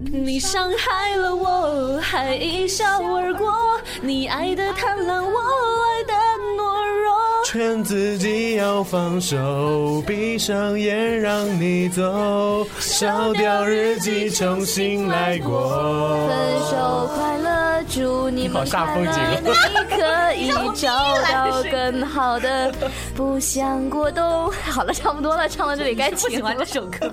你伤害了我，还一笑而过。你爱的贪婪，我爱的懦弱。劝自己要放手，闭上眼让你走，烧掉日记，重新来过。分手快乐，祝你们你好煞快风乐，景你可以找到更好的。不想过冬。好了，差不多了，唱到这里该不喜 停欢了这。首歌，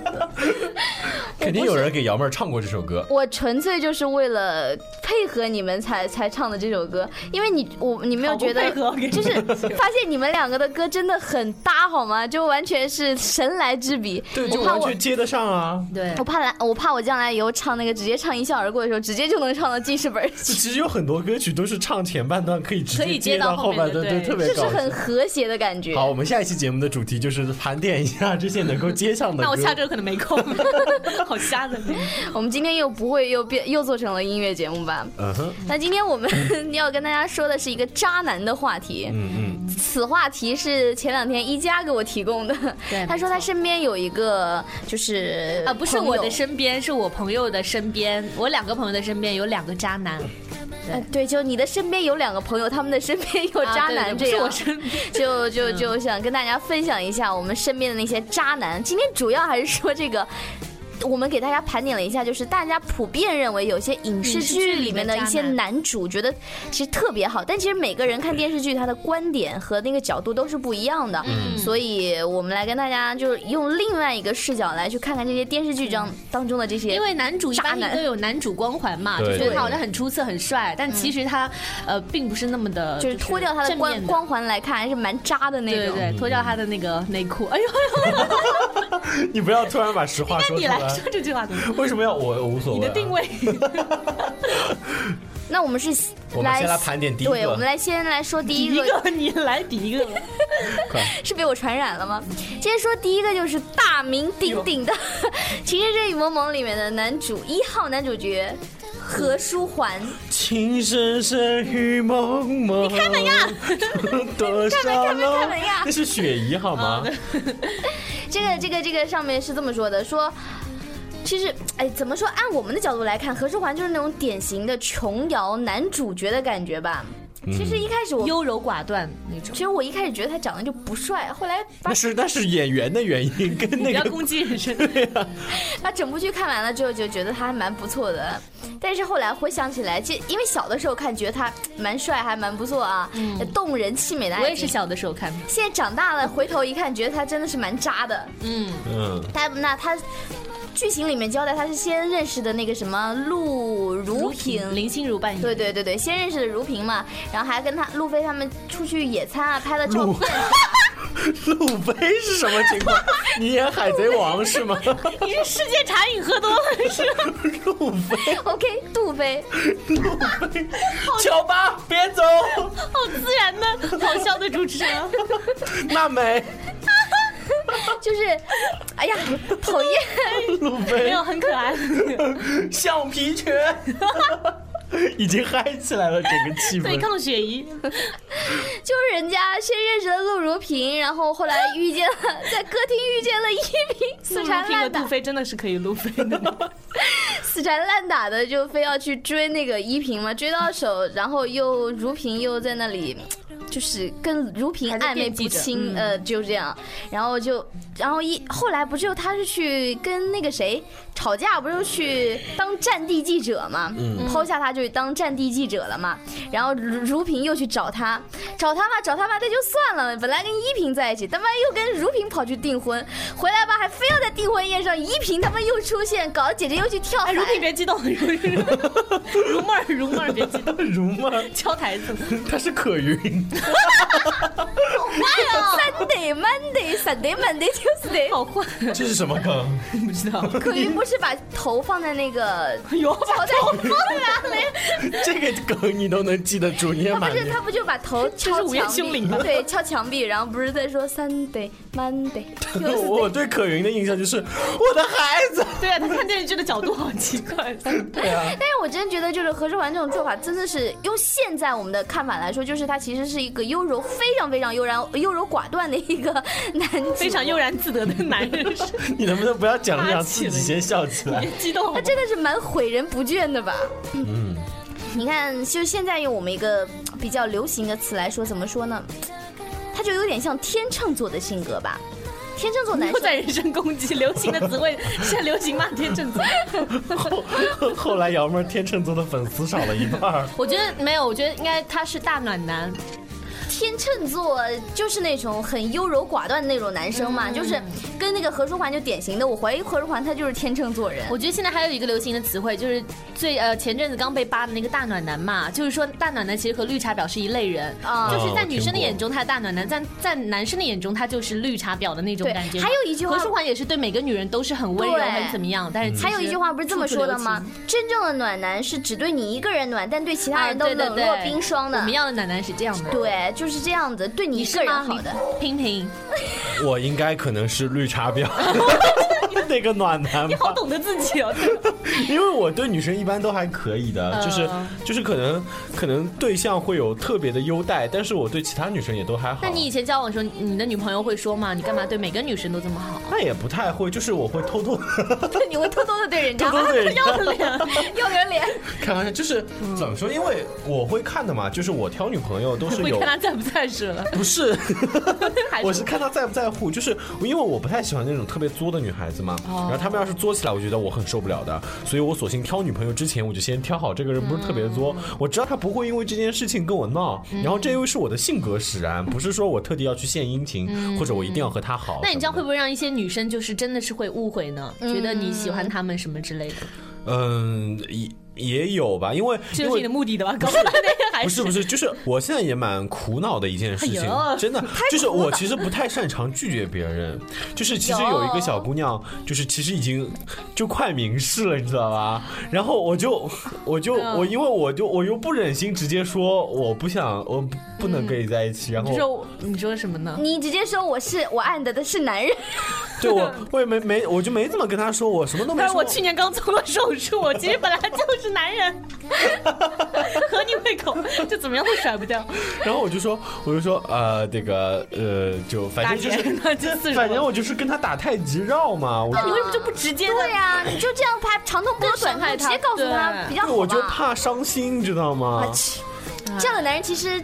肯定有人给瑶妹儿唱过这首歌。我纯粹就是为了配合你们才才唱的这首歌，因为你我你没有觉好得不配合我跟你，就说是发现你们两个的歌真的很搭，好吗？就完全是神来之笔。 对，就我怕完我全接得上啊！对我怕来，我怕我将来以后唱那个直接唱一笑而过的时候，直接就能唱到记事本儿去，其实有很多歌曲都是唱前半段可以直可接以接接到到后后面半的段，对特别就是搞笑很。和谐的感觉。好，我们下一期节目的主题就是盘点一下这些能够接上的歌。 那我下周可能没空，好瞎的。 我们今天又不会又变又做成了音乐节目吧？嗯哼，那今天我们 要跟大家说的是一个渣男的话题。嗯 此话题是前两天一佳给我提供的对，他没错说他身边有一个就是啊，不是朋友我的身边，是我朋友的身边，我两个朋友的身边有两个渣男，呃对，就你的身边有两个朋友，他们的身边有哎啊对渣对男，不这是样我身边。 嗯就就就想跟大家分享一下我们身边的那些渣男。今天主要还是说这个。我们给大家盘点了一下，就是大家普遍认为有些影视影视剧剧里里面面的一渣些男男主觉得其实特别好，但其实每个人看电视剧他的观点和那个角度都是不一样的，嗯所以我们来跟大家就是用另外一个视角来去看看这些电视剧当当中的这些，嗯因为男主一般渣男都有男主光环嘛，就对觉得对他好像很出色、很帅，但其实他呃并不是那么的，嗯就是脱掉他的正光面的光环来看，还是蛮渣的那对种。对，脱掉他的那个内裤。哎呦， 嗯，你不要突然把实话说你出来来。说这句话怎么？为什么要我？我无所谓、你啊。的定位，那我们是我们先来盘点第一个对，我们来先来说第第一一个，个你来比一个，快，是被我传染了吗？先说第一个就是大名鼎鼎 的《情深深雨蒙蒙》里面的男主一号男主角何书桓，情深深雨蒙蒙。你开门 呀！啊多少开门开门呀那是雪姨好吗？这个这个这个上面是这么说的，说。其实，哎，怎么说？按我们的角度来看，何书桓就是那种典型的琼瑶男主角的感觉吧。嗯其实一开始我，优柔寡断那种其。实我一开始觉得他长得就不帅，后来把那是那是演员的原因，跟不那要个攻击人 身，把整部剧看完了之后，就觉得他还蛮不错的。但是后来回想起来，这因为小的时候看觉得他蛮帅，还蛮不错啊，动人凄美的爱嗯我情。也是小的时候看的。现在长大了，回头一看，觉得他真的是蛮渣的。嗯，嗯，他那他剧情里面交代，他是先认识的那个什么陆如萍。林心如扮演。对对对对，先认识的如萍嘛，然后还跟他路飞他们出去野餐啊，拍了照路片。路飞是什么情 况？你演海贼王是 吗？ 你是世界茶饮喝多了 是吧？路飞，哎 OK，杜飞，乔巴，别走，好自然的，好笑的主持人。啊 娜美，就是，哎呀，讨厌。路没飞有，很可爱。橡皮拳， 已经嗨起来了，整个 气对氛。抗雪 姨，就是人家先认识了陆如萍，然后后来遇见了在歌厅遇见了依萍，死杜缠如萍和烂杜打，飞真的是可以路飞 的。死缠烂打的就非要去追那个依萍嘛，追到手，然后又如萍又在那里。就是跟如萍还在暧昧惦记不着清，嗯呃，就这样，然后就，然后一后来不就他是去跟那个谁吵架，不是去当战地记者嘛，抛下他就去当战地记者了嘛，然后如如萍又去找他，找他吧，找他吧，那就算了。本来跟依萍在一起，他妈又跟如萍跑去订婚，回来吧，还非要在订婚宴上，依萍他们又出现，搞得姐姐又去跳哎，伞。如萍别激动， 如萍如妹儿，如妹儿别激动，如梦，敲台子。他是可云， Sunday Monday Sunday Monday Tuesday，好坏，这是什么 梗？ 不知道。 可云不是把头放在那个有脚吧？在放哪里？这个梗你都能记得住，你也他啊不蛮是厉他害。不就把头是敲午夜凶墙壁铃吗？对，敲墙壁，然后不是在说 Sunday Monday 我 Tuesday。我对可云的印象就是我的孩子。对啊，他看电视剧的角度好奇怪。对啊， 但是我真觉得，就是何书桓这种做法，真的是用现在我们的看法来说，就是他其实是一个优柔非常非常优然优柔寡断的一个男主，非常悠然自得的男人，是 你能不能不要讲着讲发自起己了先笑起来？激动他好吗。真的是蛮毁人不倦的吧？嗯，你看，就现在用我们一个比较流行的词来说，怎么说呢？他就有点像天秤座的性格吧。天秤座男又生在人身攻击，流行的词汇现在流行骂天秤座。后 后来瑶妹儿天秤座的粉丝少了一半儿，我觉得没有，我觉得应该他是大暖男，天秤座就是那种很优柔寡断的那种男生嗯嘛，就是跟那个何书桓就典型的，我怀疑何书桓他就是天秤座人。我觉得现在还有一个流行的词汇，就是最呃前阵子刚被扒的那个大暖男嘛，就是说大暖男其实和绿茶婊是一类人，啊就是在女生我听的过眼中他是大暖男，在在男生的眼中他就是绿茶婊的那种对感觉。还有一句话何书桓也是对每个女人都是很温柔，对很怎么样，但是其实还有一句话不是这么说的吗处处留情？？真正的暖男是只对你一个人暖，但对其他人都啊对对冷对若冰霜的。我们要的暖男是这样的，，嗯对，就是这样子，对你你一是个人吗好的。，你平平， 我应该可能是绿茶婊， 那个暖男你好吧，懂得自己哦。因为我对女生一般都还可以嗯的，就是就是可能可能对象会有特别的优待，但是我对其他女生也都还好。那你以前交往的时候，你的女朋友会说吗？你干嘛对每个女生都这么好？那也不太会，就是我会偷 偷 你会偷偷的对人偷家偷对人家啊要脸，要人脸，开玩笑，就是怎么说？因为我会看的嘛，就是我挑女朋友都是会有看他在不在是了。不是， 还是我是看她在不在乎，就是因为我不太喜欢那种特别作的女孩子嘛。哦然后她们要是作起来，我觉得我很受不了的，所以我索性挑女朋友之前，我就先挑好这个人不是特别嗯作，我知道她不会因为这件事情跟我闹。然后这又是我的性格使然，不是说我特地要去献殷勤，或者我一定要和她好。嗯那你这什样会么不会让一些女生就是真的是会误会呢？嗯觉得你喜欢他们什么之类的，的？嗯，也也有吧，因为这因就是为你的目的的吧？搞半天还不是不是，就是我现在也蛮苦恼的一件事情哎，呦真的，就是我其实不太擅长拒绝别人，就是其实有一个小姑娘，就是其实已经就快明示了，你知道吧？然后我就我就嗯我因为我就我又不忍心直接说我不想我不不能跟你在一起，然你后说你说什么呢？你直接说我是我爱的的是男人，对我我也没没我就没怎么跟她说，我什么都没但是说我。去年刚做过手术，我其实本来就是男人， 合你胃口，就怎么样都甩不掉。然后我就说我就说呃这个呃就反打正就脸是呢，就四十反正多。我就是跟她打太极绕嘛，我就你为什么就不直接呢？对呀、你就这样拍长痛不如短伤害痛，直他接告诉他啊对比较对，好我就吧。怕伤心，你知道吗啊？切这样的男人其实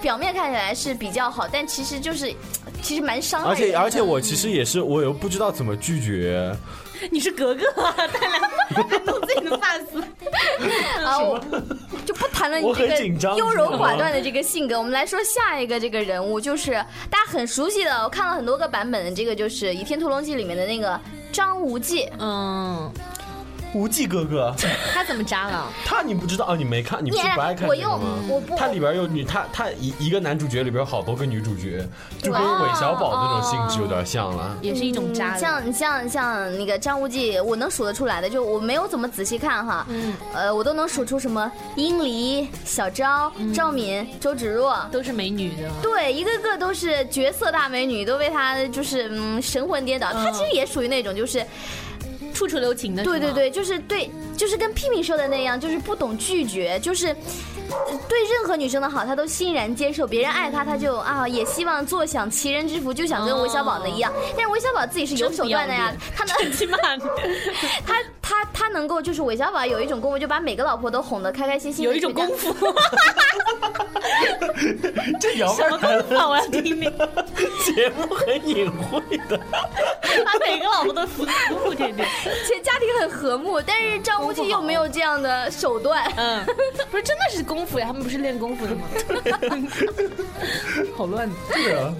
表面看起来是比较好，但其实就是其实蛮伤害而人且的。而且我其实也是，我又不知道怎么拒绝。你是格格啊，带两弄自己的发丝。 啊， 我就不谈论你我这很个紧张优柔寡断的这个性格，我们来说下一个这个人物，就是大家很熟悉的，我看了很多个版本的这个，就是《倚天屠龙记》里面的那个张无忌。嗯，无忌哥哥， 他怎么渣了？他你不知道啊？你没看，你不是不爱看我这个用吗？我不他里边有女，他他一一个男主角里边有好多个女主角，就跟韦小宝那种性质有点像了。也是一种渣嗯的。像像像那个张无忌，我能数得出来的，就我没有怎么仔细看哈，嗯呃，我都能数出什么殷离、小昭、赵敏、周芷若。都是美女的。对，一个个都是绝色大美女，都被她就是嗯神魂颠倒。她其实也属于那种就是处处留情的，对对，对，就是对，就是跟屁屁说的那样，就是不懂拒绝，就是呃对任何女生的好，他都欣然接受。别人爱他，他就啊，也希望坐享其人之福，就想跟韦小宝的一样。哦但是韦小宝自己是有手段的呀，他能 起码他他他能够就是韦小宝有一种功夫，就把每个老婆都哄得开开心心。有一种功，夫， 这姚妹 什么功儿夫啊？我要听 听，节目很隐晦 的，把每个老婆都服服服帖帖。且家庭很和睦。但是张无忌又没有这样的手段。嗯，不是，真的是功夫呀，他们不是练功夫的吗？ 好乱。对啊。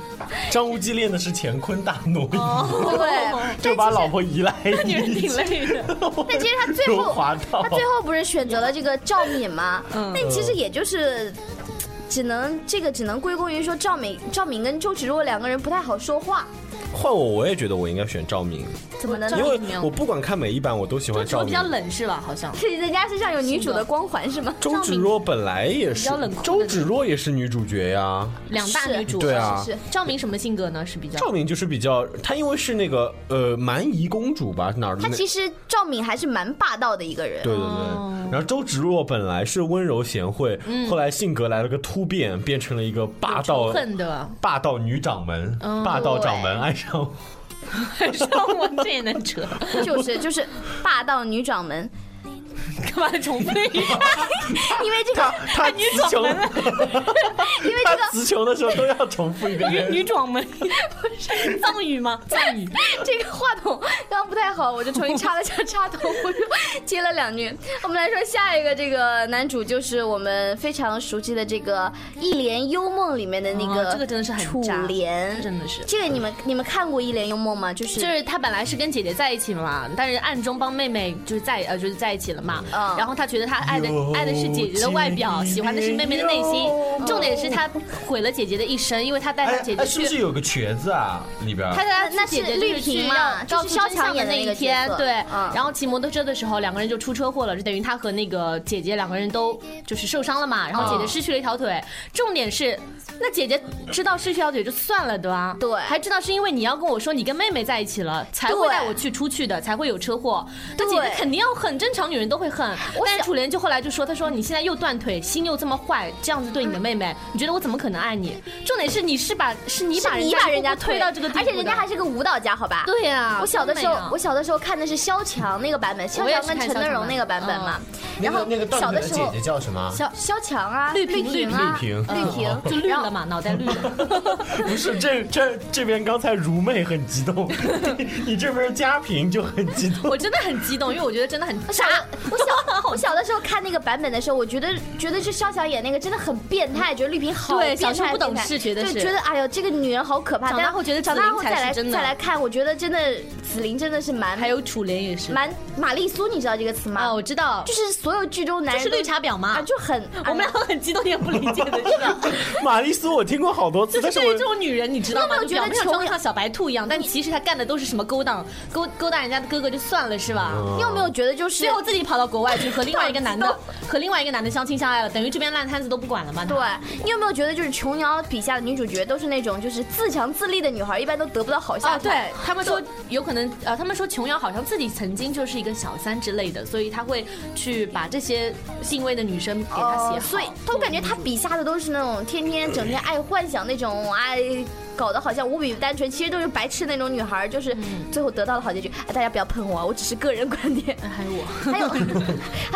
张无忌练的是乾坤大挪哦移，哦对， 就把老婆移来女人移挺去，累的，但其实他最 柔后滑道他。最后不是选择了这个赵敏吗？嗯那其实也就是。只能这个只能归功于说赵敏，赵敏跟周芷若两个人不太好说话，换我，我也觉得我应该选赵敏，怎么能赵因为敏我不管看每一版，我都喜欢周赵芷若比敏较。冷是吧？好像。是人家身上有女主的光环是吗？周芷若本来也比是较冷酷，的周芷若也是女主角呀。两大女主对啊是是赵敏什么性格呢？是比较赵敏就是比较，她因为是那个呃蛮夷公主吧，哪儿的她那其实赵敏还是蛮霸道的一个人，对对哦对，然后周芷若本来是温柔贤惠，后来性格来了个突变，变成了一个霸道嗯仇恨 的，霸道女掌门，嗯霸道掌门哎爱上上我这也能扯，就是就是霸道女掌门，干嘛重复一下？因为这 他个，他词穷，因为这他个词穷的时候都要重复一个女人。女掌门， 藏语吗？藏语。 这个话筒刚刚不太好，我就重新插了下插头，我又接了两句。我们来说下一个，这个男主就是我们非常熟悉的这个《一帘幽梦》里面的那个、哦这个真的是很楚渣莲，真的是这个你们你们看过《一帘幽梦》吗？就是就是他本来是跟姐姐在一起嘛，但是暗中帮妹妹就是在呃就是在一起了嘛。嗯然后他觉得他爱的爱的是姐姐的外表，喜欢的是妹妹的内心。重点是他毁了姐姐的一生，因为他带哎他姐姐去有个瘸子啊里边他他那姐是姐绿就是萍去嘛要就告是诉萧真蔷相演的那那个一角天色，对。嗯然后骑摩托车的时候，两个人就出车祸了，就等于他和那个姐姐两个人都就是受伤了嘛。然后姐姐失去了一条腿，重点是，那姐姐知道失去一条腿就算了，对吧？对还知道是因为你要跟我说你跟妹妹在一起了，才会对带我去出去的，才会有车祸。那姐对姐肯定要恨，正常女人都会恨。我但是想楚莲就后来就说，她说你现在又断腿，心又这么坏，这样子对你的妹妹，你觉得我怎么可能爱你？重点是你是把是你是把你把人家步步推到这个地步而的，且人家还是个舞蹈家，好吧？对呀、我小的时候多美啊，我小的时候看的是萧蔷那个版本，萧我也蔷是跟看陈萧德蔷容版那个版本嗯嘛。然然后后那个小到底的的时姐候姐，叫什么？萧萧蔷啊，绿绿萍绿哦啊，萍绿绿萍，就绿了嘛，脑袋绿了。不是这这这边刚才如妹很激动，你这边嘉平就很激动 我。真的很激动，因为我觉得真的很我小我小我小的时候看那个版本的时候，我觉得觉得是萧蔷演那个真的很变态，觉得绿萍好对变小态，时候不懂变态事觉得就是觉得哎呦这个女人好可怕。长大但后觉得长紫大菱后才再是来真的再来看，我觉得真的紫菱真的是蛮还有楚莲也是蛮玛丽苏，你知道这个词吗？啊，我知道，就是所有剧中男人就是都绿茶婊嘛啊，。就很 我们俩很激动，你也不理解的 是吧？ 玛丽苏我听过好多次，就但是是对于我这种女人，你知道吗？你有没有就表觉得面上琼装的像小白兔一样，但其实她干的都是什么勾当、勾勾搭人家的哥哥就算了，是吧？你有没有觉得就是 最后自己跑到国外去和另外一个 男的和另外一个男的相亲相爱了，等于这边烂摊子都不管了嘛？对你有没有觉得就是琼瑶笔下的女主角都是那种就是自强自立的女孩，一般都得不到好下啊，场。对他们说有可能，呃，他们说琼瑶好像自己曾经就是一个小三之类的，所以他会去把这些姓魏的女生给她写好。哦，所以但我感觉她笔下的都是那种天天整天爱幻想那种，哎，搞得好像无比单纯，其实都是白痴那种女孩，就是最后得到了好结局。哎，大家不要喷我啊，我只是个人观点。哎还有 我，还有，还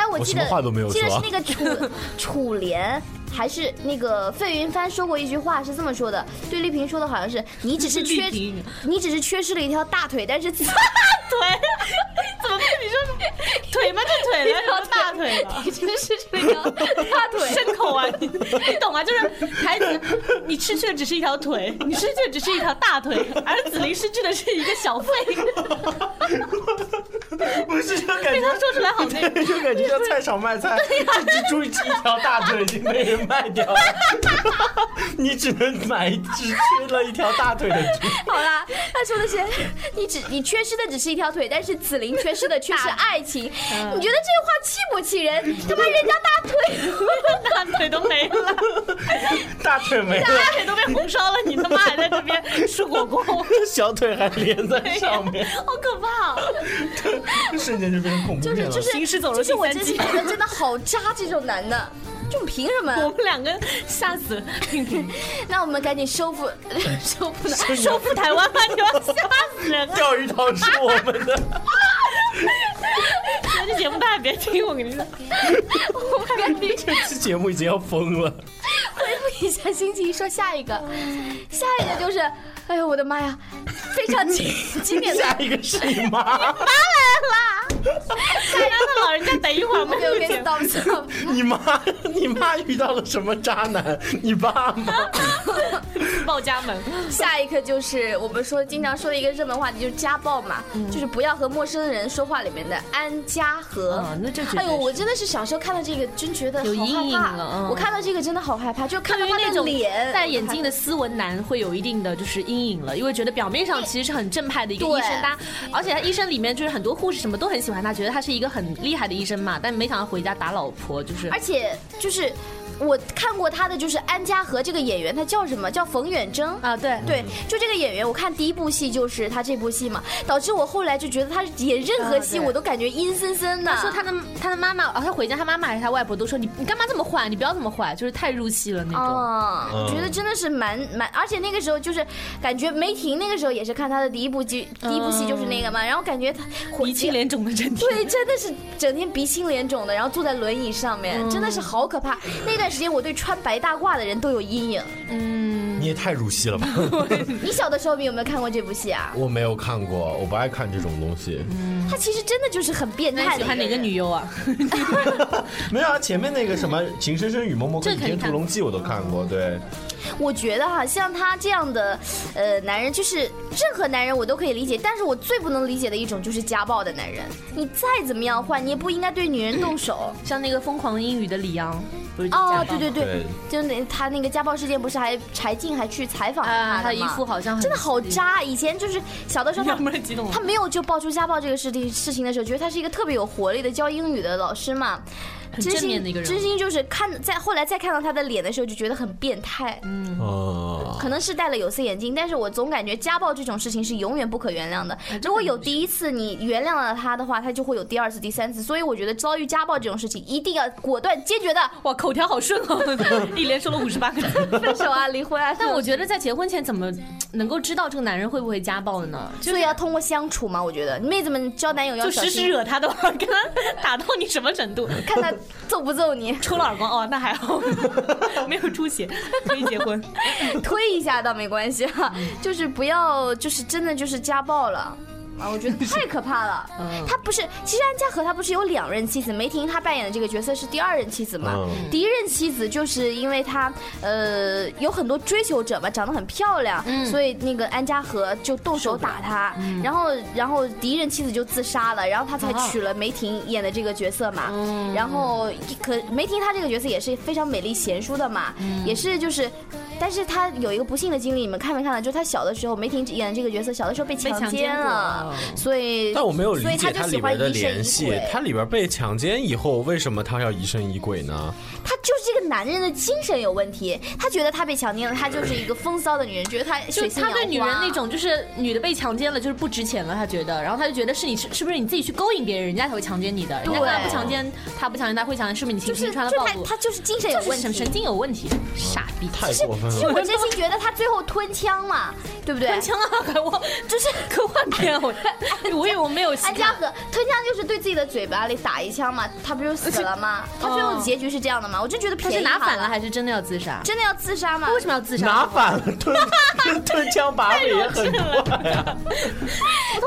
有，我记我什得么话都没有说记得是那个楚 楚莲。还是那个费云帆说过一句话是这么说的，对丽萍说的好像是你只是缺绿萍你只是缺失了一条大腿，但是自腿 怎么被你说 腿嘛就腿 了，然后大 腿了。 你只是缺失了一条大腿，牲口啊，你你懂吗？就是孩子，你失去的只是一条腿，你失去的只是一条大腿，而紫菱失去的是一个小肺。 不是就感被觉他说出来好那 个。就感觉像菜场卖菜， 这只猪一条大腿已经被人卖掉了， 你只能买一只缺了一条大腿的猪。 好啦，他说的是你只你缺失的只是一条腿，但是紫菱缺失的却是爱情。你觉嗯得这话气不气人？ 他妈人家大腿，大腿都没了，大腿没了，大腿都被红烧了，你他妈还在这边吃火锅， 小腿还连在上面，好可怕、瞬间就变成恐怖就是片了。哦就是，行尸走肉就是我第真三是季觉得真的好渣，这种男的，这种凭什么 啊？我们两个吓死，那我们赶紧收复 收复的。收复台湾吧，你们吓死人啊 了！钓鱼岛是我们的，你们这节目大家别听，我跟你说， 这期节目已经要疯了。一下心情，说下一个，下一个就是，哎呦我的妈呀，非 常经 经典的下一个是你妈，台湾的老人家等一会我们 就跟 stop stop。你妈，你妈遇到了什么渣男？你爸吗？报家门，下一个就是我们说经常说的一个热门话题，就是家暴嘛，嗯就是不要和陌生人说话里面的安家和。啊那这绝对哎呦，是我真的是小时候看到这个，真觉得有好害阴影怕了嗯我看到这个真的好害怕，就看到对于他那的种脸，戴眼镜的。的斯文男会有一定的就是阴影了，因为觉得表面上其实是很正派的一个对医生，他而且他医生里面就是很多护士什么都很喜欢他，觉得他是一个很厉害的医生嘛，但没想到回家打老婆，就是而且就是我看过他的，就是安家和这个演员，他叫什么？叫冯远征。啊对对，就这个演员，我看第一部戏就是他这部戏嘛，导致我后来就觉得他演任何戏啊对我都感觉阴森森的。他说他的他的妈妈，啊，他回家他妈妈还是他外婆都说你你干嘛这么坏，你不要这么坏，就是太入戏了那种。啊，嗯我觉得真的是蛮蛮，而且那个时候就是感觉梅婷那个时候也是看她的第一部剧，第一部戏就是那个嘛，然后感觉她嗯鼻青。脸肿的整体，对，真的是整天鼻青脸肿的，然后坐在轮椅上面，嗯真的是好可怕。那段时间我对穿白大褂的人都有阴影。 你也太入戏了吧！你小的时候你有没有看过这部戏啊？我没有看过，我不爱看这种东西。他其实真的就是很变那态你喜的。欢哪个？女优啊？ 没有啊，前面那个什么《情深深雨蒙蒙》和《倚这个肯定天屠龙记》我都看过，对，我觉得哈、像他这样的，呃，男人就是任何男人我都可以理解，但是我最不能理解的一种就是家暴的男人。你再怎么样坏，你也不应该对女人动手。 像那个疯狂英语的李阳，不是哦，对对对，对对，就那他那个家暴事件，不是还柴静还去采访啊，他他的一吗副好啊像很真的好，渣。以前就是小的时候他要不然激动了他没有就爆出家暴这个事情事情的时候，觉得他是一个特别有活力的教英语的老师嘛。很真正面心的一个人真心就是看在后来再看到他的脸的时候，就觉得很变态。哦，可能是戴了有色眼镜，但是我总感觉家暴这种事情是永远不可原谅的。哎如果有第一次你原谅了他的话，他就会有第二次、第三次。所以我觉得遭遇家暴这种事情，一定要果断坚决的哇，口条好顺 哦，一连说了五十八个字。分手啊、离婚啊。 但我觉觉得在结婚前怎么能够知道这个男人会不会家暴呢？得所以要通过相处嘛，我觉得妹子们交男友要就小时时心，惹他的话，跟他打到你什么程 度？看他揍不揍你， 抽了耳光哦，那还 好，没有出血，可以结婚。推一下倒没关系哈、嗯就是不要就是真的就是家暴了。啊，我觉得太可怕 了。嗯他不是，其实安家和他不是有两任妻子，梅婷她扮演的这个角色是第二任妻子嘛？嗯第一任妻子就是因为她呃有很多追求者嘛，长得很漂亮，所以那个安家和就动手打她，然后然后第一任妻子就自杀了，然后他才啊娶了梅婷演的这个角色嘛。然后可梅婷她这个角色也是非常美丽贤淑的嘛，也是就是。但是她有一个不幸的经历，你们看没看到？就是她小的时候，梅婷演的这个角色小的时候被强强奸奸过了，所以但我没有所理以她解就它喜里欢边疑的神联疑系鬼，。它里边被强奸以后，为什么他要疑神疑鬼呢？她就是这个男人的精神有问题，她觉得她被强奸了，她就是一个风骚的女人，觉得她就水性他杨花。对女人那种，就是女的被强奸了，就是不值钱了，他觉得，然后他就觉得是你是是不是你自己去勾引别人，人家才会强奸你的，人家对他不强奸，他不强奸，他会强奸，是不是你就情是绪就穿她了暴露？她就是精神有就问是神题神。经有问题，傻逼！嗯太过分就了！我真心觉得她最后吞枪了，对不对？吞枪啊！我就是科幻片，我哎我以为我没有戏安家和吞枪就是对自己的嘴巴里打一枪嘛，她不就死了吗？她最后的结局是这样的嘛？我就觉得哦他便宜是拿她反了，还是真的要自杀？真的要自杀吗？为什么要自杀？ 拿反了，吞吞 枪把尾也很快呀。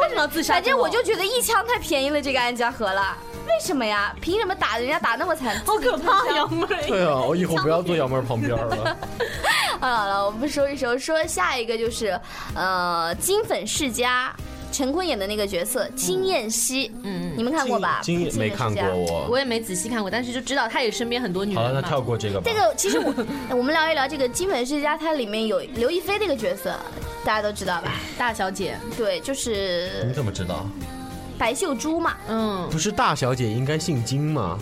为什么要自杀？反正我就觉得一枪太便宜了这个安家和了，为什么呀？凭什么打人家打那么惨？好可怕，杨妹。对啊，我以后不要坐杨妹旁边 了。好了好了，我们说一说，说下一个就是，呃，金粉世家。陈坤演的那个角色金燕西，嗯，你们看过吧？金金粉没世看家过我。我也没仔细看过，但是就知道他也身边很多女好了，人那嘛。跳过这个吧。这个其实我 我们聊一聊这个《金粉世家》，它里面有刘亦菲那个角色，大家都知道吧？大小姐，对，就是你怎么知道？白秀珠嘛。嗯，不是大小姐应该姓金吗？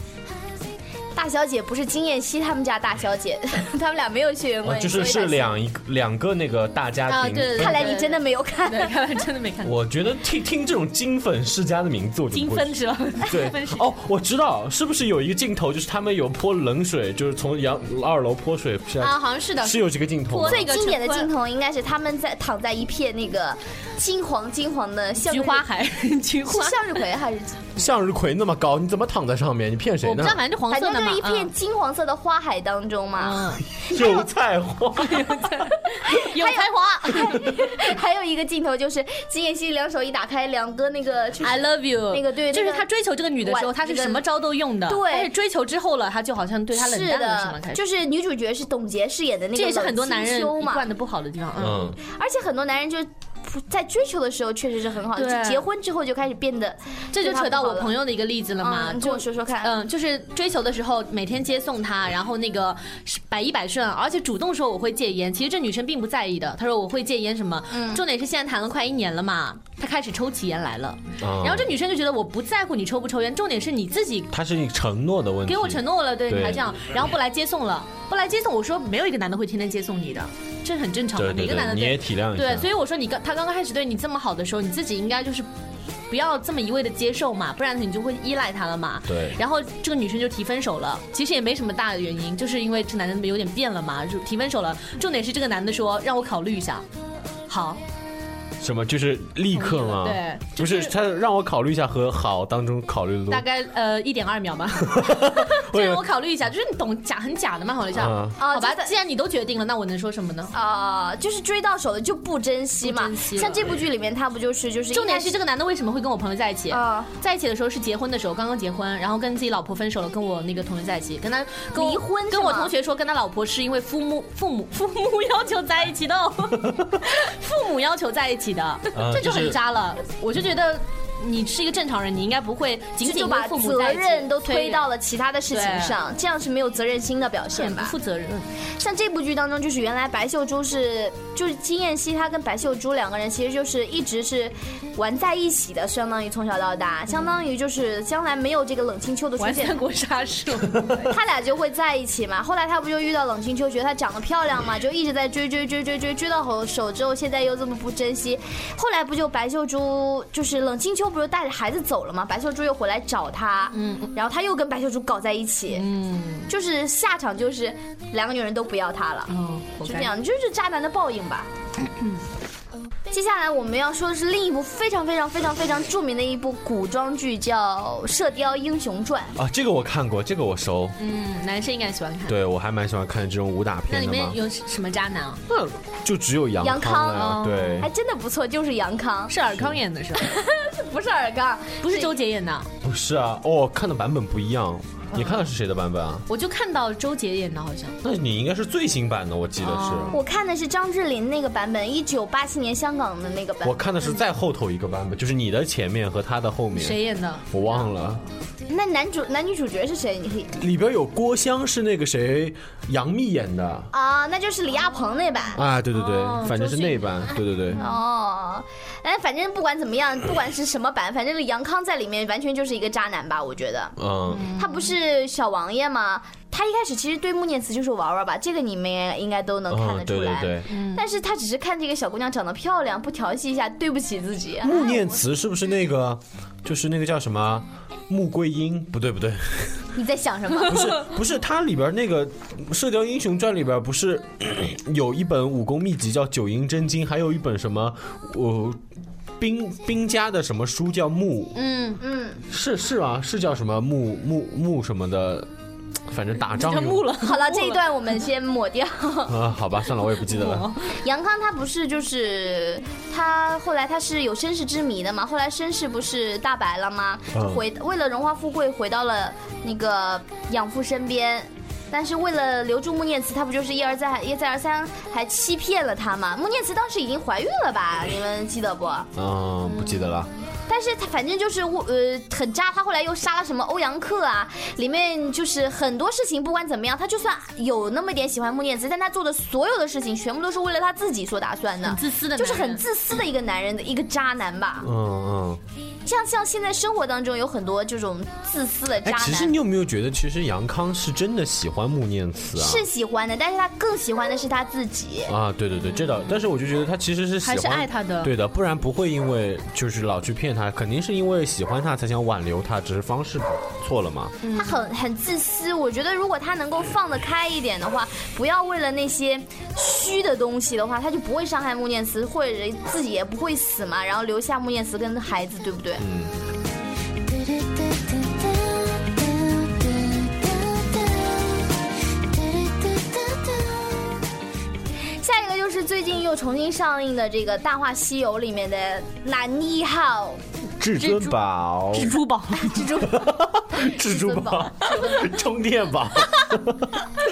大小姐不是金燕西他们家大小姐， 他们俩没有血缘哦关，系。就所是以是大小两一个两个那个大家啊庭。对对看来你真的没有看。对， 看来真的没看过。我觉得听听这种金粉世家的名字，我就金不会分是吧？对金分是。哦，我知道，是不是有一个镜头，就是他们有泼冷水，就是从阳二楼泼水下，啊，好像是的。是有这个镜头吗泼？最经典的那个镜陈头应该是他们在躺在一片那个金黄金黄的向菊日花海，菊 花是。向日葵还是啊向日葵那么高，你怎么躺在上面？你骗谁我不呢知道，？反正就黄反色正的就就是一片哎嗯金黄色的花海当中嘛。油菜花， 哎有才华 还有一个镜头就是金妍希两手一打开，两个那个就是，I love you。那个对就是那个他追求这个女的时候，晚他是那个什么招都用的。对但是追求之后了，他就好像对他冷是淡了，是吗？的开，始，就是女主角是董洁饰演的那个这也是很多冷清男人修一嘛，贯的不好的地方。嗯，嗯，而且很多男人就在追求的时候确实是很好，对就结婚之后就开始变得这就扯到我朋友友的一个例子了嘛，嗯，你就跟我说说看，嗯，就是追求的时候每天接送她，然后那个是百依百顺，啊而且主动说我会戒烟，其实这女生并不在意的。她说我会戒烟什么，重点是现在谈了快一年了嘛，她开始抽起烟来了。啊然后这女生就觉得我不在乎你抽不抽烟，重点是你自己它是一承诺的问题，给我承诺了，对，对你还这样，然后不来接送了，不来接送，我说没有一个男的会天天接送你的，这很正常对的，对每个男对，的你也体谅一下，对，所以我说你刚他刚刚开始对你这么好的时候，你自己应该就是不要这么一味的接受嘛，不然你就会依赖他了嘛。对然后这个女生就提分手了，其实也没什么大的原因，就是因为这男的有点变了嘛，就提分手了。重点是这个男的说让我考虑一下，好，什么就是立刻吗？对，啊不是他让我考虑一下和好当中考虑的多大，概呃一点二秒 吧。我这以为让我考虑一下，就是你懂假很假的嘛，考虑一下。嗯好吧就，在既然你都决定了，那我能说什么呢？啊、就是追到手的就不珍惜嘛。不珍惜了像这部剧里面，他不就是就是重点是一这个男的为什么会跟我朋友在一起？啊在一起的时候是结婚的时候，刚刚结婚，然后跟自己老婆分手了，跟我那个同学在一起，跟他跟我离婚是吗跟我同学说跟他老婆是因为父母父母父母要求在一起的 哦，父母要求在一起的，嗯这就就是很渣了。我就觉得你是一个正常人，你应该不会开始仅仅就为把父母责在一起任都对推到了其他的事情上，这样是没有责任心的表这现很不吧嗯负？责任。像这部剧当中，就是原来白秀珠是就是金燕西，她跟白秀珠两个人其实就是一直是玩在一起的，相当于从小到大，相当于就是将来没有这个冷清秋的出玩现三，国 杀术，他俩就会在一起嘛。后来他不就遇到冷清秋，觉得她长得漂亮嘛，就一直在追追追追追，追到手之后，现在又这么不珍惜。后来不就白秀珠，就是冷清秋不是带着孩子走了嘛，白秀珠又回来找他，嗯，然后他又跟白秀珠搞在一起，嗯，就是下场就是两个女人都不要他了。哦，活就该这样，就是渣男的报应吧。嗯接下来我们要说的是另一部非常非常非常非常著名的一部古装剧，叫《射雕英雄传》。啊，这个我看过，这个我熟，嗯，男生应该喜欢看。对我还蛮喜欢看这种武打那片里的嘛面，有什么渣男啊？那就只有杨杨康了康嗯哦呀，对还，真的不错，就是杨康，是尔康演的是吧？不是尔刚， 不是周杰演的，不是啊，哦，看的版本不一样，你看的是谁的版本啊？我就看到周杰演的，好像。那你应该是最新版的，我记得是。我看的是张智霖那个版本，一九八七年香港的那个版我本。看的是再后头一个版本，就是你的前面和他的后面，谁演的？我忘了。那男主男女主角是谁？你可以里边有郭襄是那个谁，杨幂演的啊，那就是李亚鹏那版。啊，对对对，哦反正是那版，对对对，哦，哎，反正不管怎么样，不管是什么版，反正杨康在里面完全就是一个渣男吧，我觉得。嗯，他不是小王爷吗？他一开始其实对穆念慈就是玩玩吧，这个你们也应该都能看嗯，得出对来。对对。但是他只是看这个小姑娘长得漂亮，不调戏一下，对不起自己。穆念慈是不是那个，就是那个叫什么？穆桂英不对不对，你在想什么？不是不是，它里边那个《射雕英雄传》里边不是 有一本武功秘籍叫《九阴真经》，还有一本什么呃兵兵家的什么书叫穆，嗯，嗯，是是啊，是叫什么穆穆穆什么的，反正打仗叫木了了。好了，这一段我们先抹掉。啊，好吧，算了，我也不记得了。杨康他不是就是他后来他是有身世之谜的嘛，后来身世不是大白了吗？嗯就回为了荣华富贵回到了那个养父身边。但是为了留住穆念慈，他不就是一而再、一再而三还欺骗了他吗？穆念慈当时已经怀孕了吧？你们记得不？嗯，不记得了。但是他反正就是我呃很渣，他后来又杀了什么欧阳克啊，里面就是很多事情不管怎么样，他就算有那么一点喜欢穆念慈，但他做的所有的事情全部都是为了他自己所打算的很。自私的，就是很。自私的一个男人的一个渣男吧，嗯嗯，像像现在生活当中有很多这种自私的哎渣，其实男你有没有觉得，其实杨康是真的喜欢穆念慈啊？是喜欢的，但是他更喜欢的是他自己。啊，对对对，这倒，但是我就觉得他其实是喜还欢是爱他的对的，不然不会因为就是老去骗他，肯定是因为喜欢他才想挽留他，只是方式错了嘛。嗯他很嗯很自私。我觉得如果他能够放得开一点的话，不要为了那些虚的东西的话，他就不会伤害穆念慈，或者自己也不会死嘛，然后留下穆念慈跟孩子，对不对？ Da da da da da da da da da. 嗯最近又重新上映的这个《大话西游》里面的男一号至尊宝，蜘蛛 宝，蜘蛛，至尊 宝，充电宝，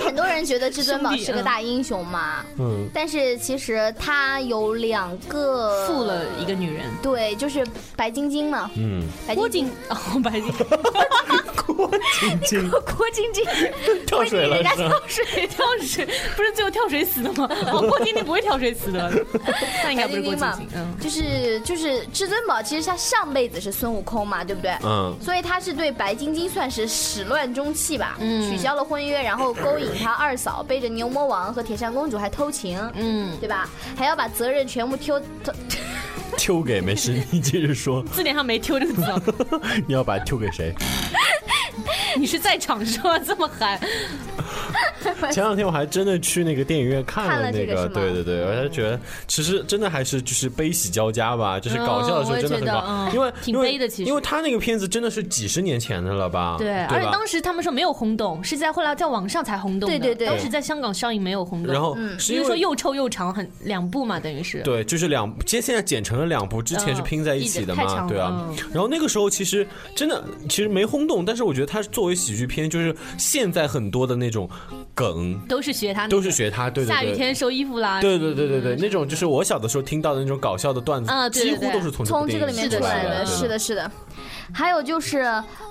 很多人觉得至尊宝是个大英雄嘛，嗯，但是其实他有两个负了一个女人。对，就是白晶晶嘛，嗯，白郭晶晶靖，哦，白晶，郭晶晶郭晶晶，跳水了人家是吧？跳水，跳水， 不是最后跳水死的 吗？哦，郭晶晶不会跳水死的，那应该不是郭晶晶。嗯，就是就是至尊宝，其实他上辈子是孙悟空嘛，对不对？嗯所以他是对白晶晶算是始乱终弃吧，嗯取消了婚约，然后勾引他二嫂，背着牛魔王和铁扇公主还偷情，嗯，对吧？还要把责任全部丢丢丢给没事，你接着说， 字典上没“丢”这个字 哦，你要把它丢给谁？你是在场是吗？这么嗨，前两天我还真的去那个电影院看看了了那这个是吗对对对，我才觉得其实真的还是就是悲喜交加吧，就是搞笑的时候真的很嗯我搞，也觉得因为挺因为悲的其实因为他那个片子真的是几十年前的了吧？对，对而且吧？当时他们说没有轰动，是在后来在网上才轰动的。对对对当时在香港上映没有轰动。然后是因因为嗯说为。又臭又长，很两部嘛，等于是。对，就是两，现现在剪成了两部，之前是拼在一起的嗯一直太嘛，长对啊了。然后那个时候其实真的，其实没轰动，但是我觉得它作为喜剧片，就是现在很多的那种梗都是学他那个。都是学它，对对对。下雨天收衣服啦。对对对对对，那种就是我小的时候听到的那种搞笑的段子，啊对对几乎对都是从从这这部个里面电影出出来来的，是的，的，是的。还有就是，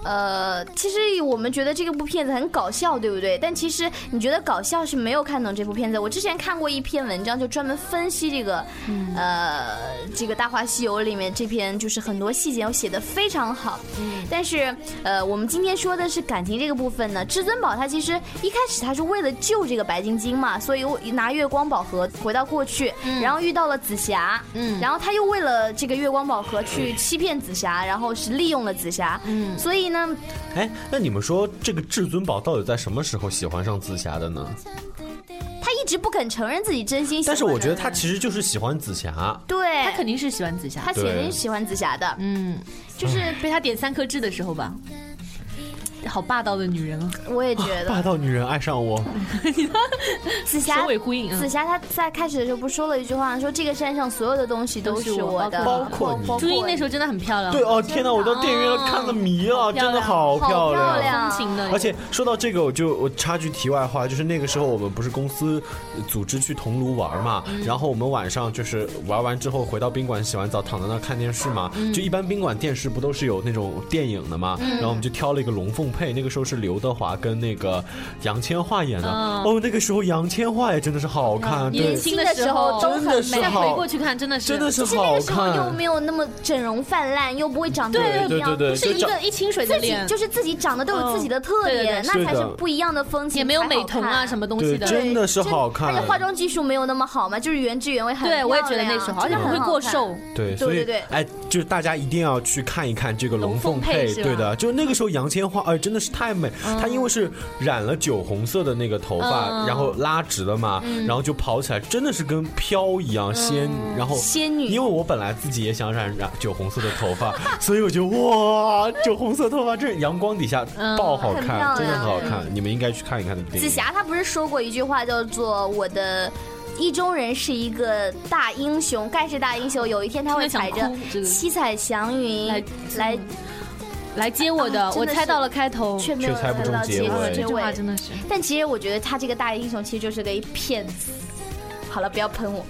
呃，其实我们觉得这个部片子很搞笑，对不对？但其实你觉得搞笑是没有看懂这部片子。我之前看过一篇文章，就专门分析这个，呃，这个《大话西游》里面这篇就是很多细节，我写的非常好。但是，呃，我们今天说的是感情这个部分呢。至尊宝他其实一开始他是为了救这个白晶晶嘛，所以我拿月光宝盒回到过去，然后遇到了紫霞，嗯然后他又为了这个月光宝盒去欺骗紫霞，然后是利用了紫霞，嗯所以呢，哎，那你们说这个至尊宝到底在什么时候喜欢上紫霞的呢？他一直不肯承认自己真心喜欢的人，但是我觉得他其实就是喜欢紫霞，对，他肯定是喜欢紫霞他。肯定对是喜欢紫霞的，嗯，就是被他点三颗痣的时候吧。好霸道的女人 啊！嗯我也觉 霸得道女人爱上我，紫首霞。尾呼应。嗯紫霞她在开始的时候不说了一句话，说这个山上所有的东西都都是是我我的，包括你朱哎茵那时候真的很漂亮。啊对哦，天哪，我到电影院看的迷了，真的好漂好漂亮风情的。而且说到这个，我就我插句题外话，就是那个时候我们不是公司呃组织去桐庐玩嘛，然后我们晚上就是玩完之后回到宾馆洗完澡躺在那儿看电视嘛，就一般宾馆电视不都是有那种电影的嘛，然后我们就挑了一个《龙凤配》，那个时候是刘德华跟那个杨千嬅演的，嗯哦，那个时候杨千嬅也真的是好看，对年，轻的时候都真的很是现在美，回过去看，真的是真的是就是那好个时候又看，没有那么整容泛滥，又不会长得对不一样对对对是一就个一清水的自己脸，就是自己长得都有自己的特点，嗯那才对是的不一样的风景，也没有美瞳啊什么。么东西对，的。真的是好看，而且化妆技术没有那么好嘛，就是原汁原味很对，我也觉得那漂亮啊时候，而且真的不会很好过看瘦。对，所对以对对哎，就是大家一定要去看一看这个龙凤龙凤配是吧对的，就那个时候杨千嬅，哎，真的是太美，她因为是染了酒红色的那个头嗯发，然后拉直了嘛，然后就跑起来，真的是跟飘一样仙，然后仙女因为我本来自己也想染染酒红色的头发，所以我就哇，酒红色头发，这阳光底下嗯爆好很漂亮看，真的很好看，你们应该去看一看那部电紫影。霞她不是说过一句话叫做“我的意中人是一个大英雄，盖世大英雄，有一天他会真踩的想着哭这个七彩祥云来来来接我啊的，真我的猜是到了开头。却没有却猜不得中到结结尾这结句话尾。真的是，但其实我觉得他这个大英雄其实就是个一骗子。好了，不要喷我，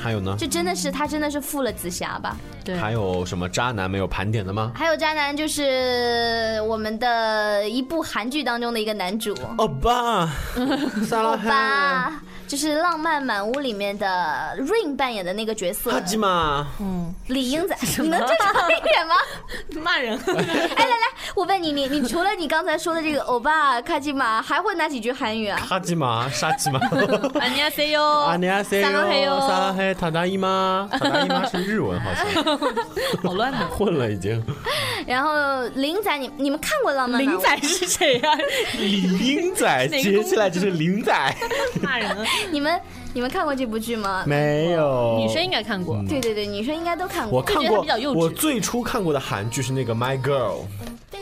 还有呢？这真的是他真的是负了紫霞吧？对，还有什么渣男没有盘点的吗？还有渣男就是我们的一部韩剧当中的一个男主，欧巴，萨拉欧嘿。巴，就是《浪漫满屋》里面的 Rain 扮演的那个角色哈基玛，李英仔，你能正常一点吗？骂人。哎，来来，我问你，你你除了你刚才说的这个欧巴卡基玛，还会哪几句韩语啊？哈基玛，沙基玛， 안녕하안세요， 녕하세요 撒拉嘿哟撒拉嘿，塔达伊妈，塔达伊妈是日文，好像 好乱哦的。混了已经。然后林仔，你你们看过《浪漫满 林屋》？仔是谁啊呀？李英仔，哪个接起来就是林仔，骂人。哦你们你们看过这部剧吗？没有女生应该看嗯过，对对对，女生应该都看过。我看就觉得他过比较幼，稚我最初看过的韩剧是那个《My Girl》，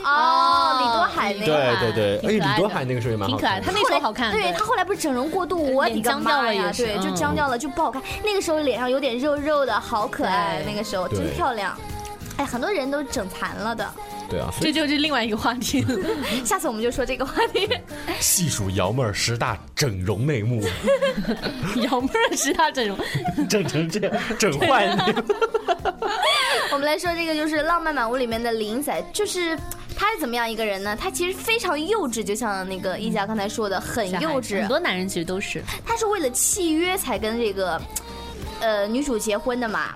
哦，李多海那对个。对对，挺而且可爱李多的海那个时候也蛮挺好可爱看的的。他那后时候来好看，对他后来不是整容过度，我的脸个僵掉妈了也呀！是对，就嗯僵掉了，就不好看。那个时候脸上有点肉肉的，好可爱。对那个时候对真漂亮，哎，很多人都整残了的。对啊，所这以就是另外一个话题了。 下次我们就说这个话题。 细数瑶妹儿十大整容内幕，姚妹儿是她整容，整成这样，整坏 你。我们来说这个就是《浪漫满屋》里面的林仔，就是他是怎么样一个人呢？他其实非常幼稚，就像那个一佳刚才说的，很幼稚很。多男人其实都是。他是为了契约才跟这个，呃，女主结婚的嘛。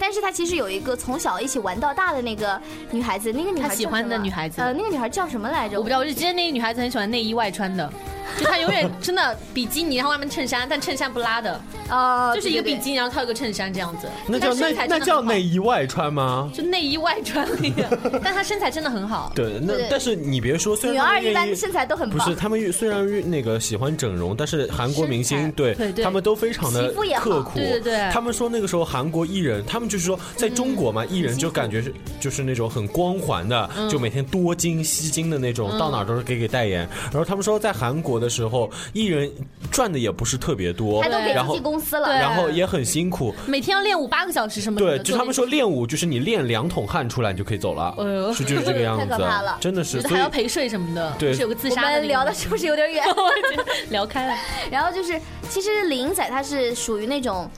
但是他其实有一个从小一起玩到大的那个女孩子，那个女孩他喜叫欢什的么女孩子呃，那个女孩叫什么来着？我不知道，我就记得那个女孩子很喜欢内衣外穿的，就她永 远真的比基尼，然后外面衬衫，但衬衫不拉的，呃，就是一个对比，基尼，然后套一个衬衫这样子。那叫但身内材那真的叫很好内衣外穿吗？就内衣外穿 那个，但她身材真的很好。对，对那但是你别说，虽对对然女他们二一愿般意身材都很不棒，是，他们虽然那个喜欢整容，但是韩国明身材星对对对他们都非常的皮肤也好刻苦。对对对他们说那个时候韩国艺人，他们就是说在中国嗯嘛，艺人就感觉是就是那种很光环的，就每天多金吸金的那嗯种，到哪儿都是给给代言。然后他们说在韩国的时候，艺人赚的也不是特别多，他都给嗯然经后纪公司了。对然后也很辛苦。每天要练五八个小时什么的。对，就他们说，练舞，就是你练两桶汗出来，你就可以走了哎，呦是就是这个 样太可子怕了，真的觉是。得所还以要陪睡什么的，对是有个自我杀的那们个。聊的是不是有点远？ 聊开了，然后就是，其实林仔他是属于那种。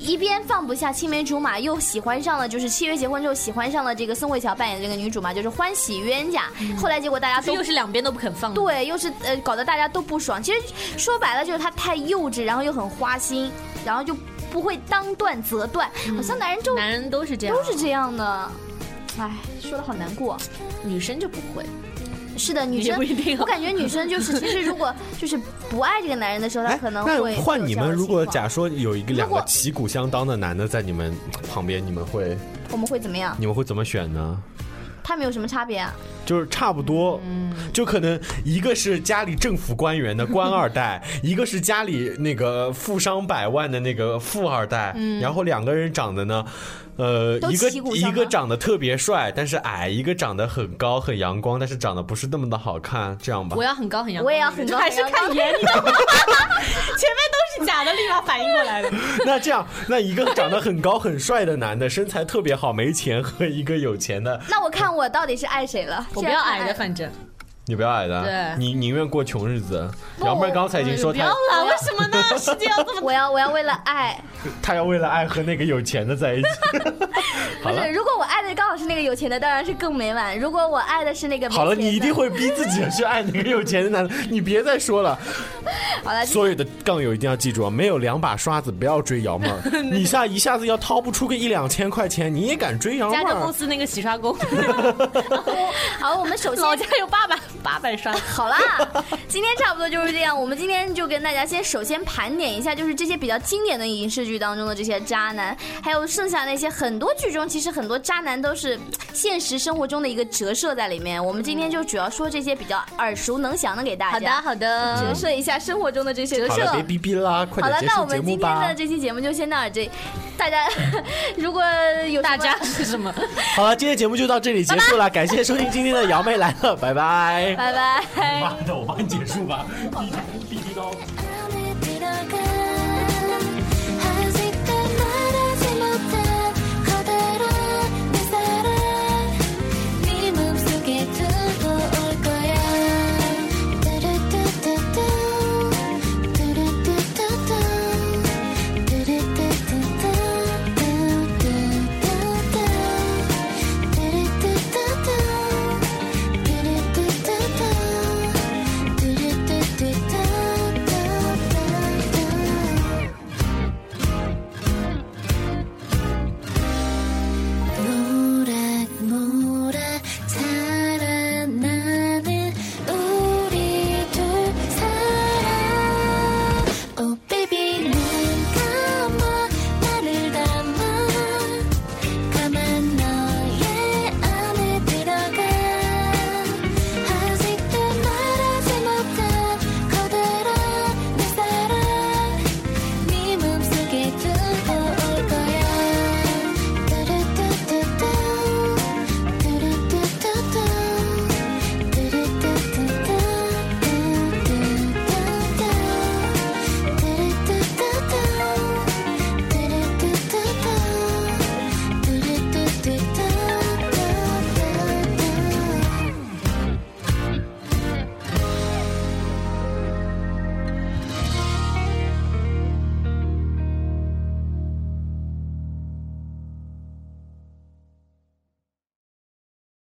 一边放不下青梅竹马，又喜欢上了，就是契约结婚之后喜欢上了这个宋慧乔扮演的这个女主嘛，就是欢喜冤家。后来结果大家这都嗯又是两边都不肯放的。对，又是呃搞得大家都不爽。其实说白了就是他太幼稚，然后又很花心，然后就不会当断则断，好像男人就男人都是这样，都是这样的。唉，说的好难过。女生就不会，是的，女也生不一定啊我感觉女生就是，其实如果就是不爱这个男人的时候，她哎，可能那会换有你这样们，的如情果况假说有一个两如个果旗鼓相当的男的在你们旁边，你们会我们会怎么样？你们会怎么选呢？他们有什么差别啊？就是差不多，嗯就可能一个是家里政府官员的官 二代，一个是家里那个富商百万的那个富二代，然后两个人长得呢，呃，嗯都一个旗鼓一相个当长得特别帅，但是矮；一个长得很高很阳光，但是长得不是那么的好看。这样吧我，要很高很阳我光，也要很高，还是很看阳光颜，你知道吗？前面都是假的，立马反应过 来了。啊 那这样，那一个长得很高很帅的男的，身材特别好，没钱和一个有钱的，那我看我到底是爱谁了？我是不要看矮的，反正你不要矮的，对你宁愿过穷日子。哦不姚妹儿刚才已经说不要她，了，为什么呢？ 世界要这么哎我要我要为了爱，她要为了爱和那个有钱 的在一起。好不了是，如果我爱的刚好是那个有钱的，当然是更美满；如果我爱的是那个没好了，钱的你一定会逼自己去爱那个有钱的男的，你别 再说了。啊好了。所有的杠友一定要记住啊，没有两把刷子不要追 姚妹儿。你下一下子要掏不出个一两千块钱，你也敢追姚妹 家政公儿？司那个洗刷工，好，我们首先 老家有八百八百刷，好啦， 今天差不多就是这样。我们今天就跟大家先首先盘点一下，就是这些比较经典的影视剧当中的这些渣男，还有剩下那些很多剧中其实很多渣男都是现实生活中的一个折射在里面。我们今天就主要说这些比较耳熟能详的给大家，好的折射一下生活中的这些折好射了，。别逼逼啦，快好了点，结那我束节们目今天吧的。这期节目就先到这，大家 如果有大家家是什么？好了，今天节目就到这里结束了，感谢收听今 天的姚妹来了，拜拜。 拜拜。妈的，我帮你结束吧，逼逼逼逼刀。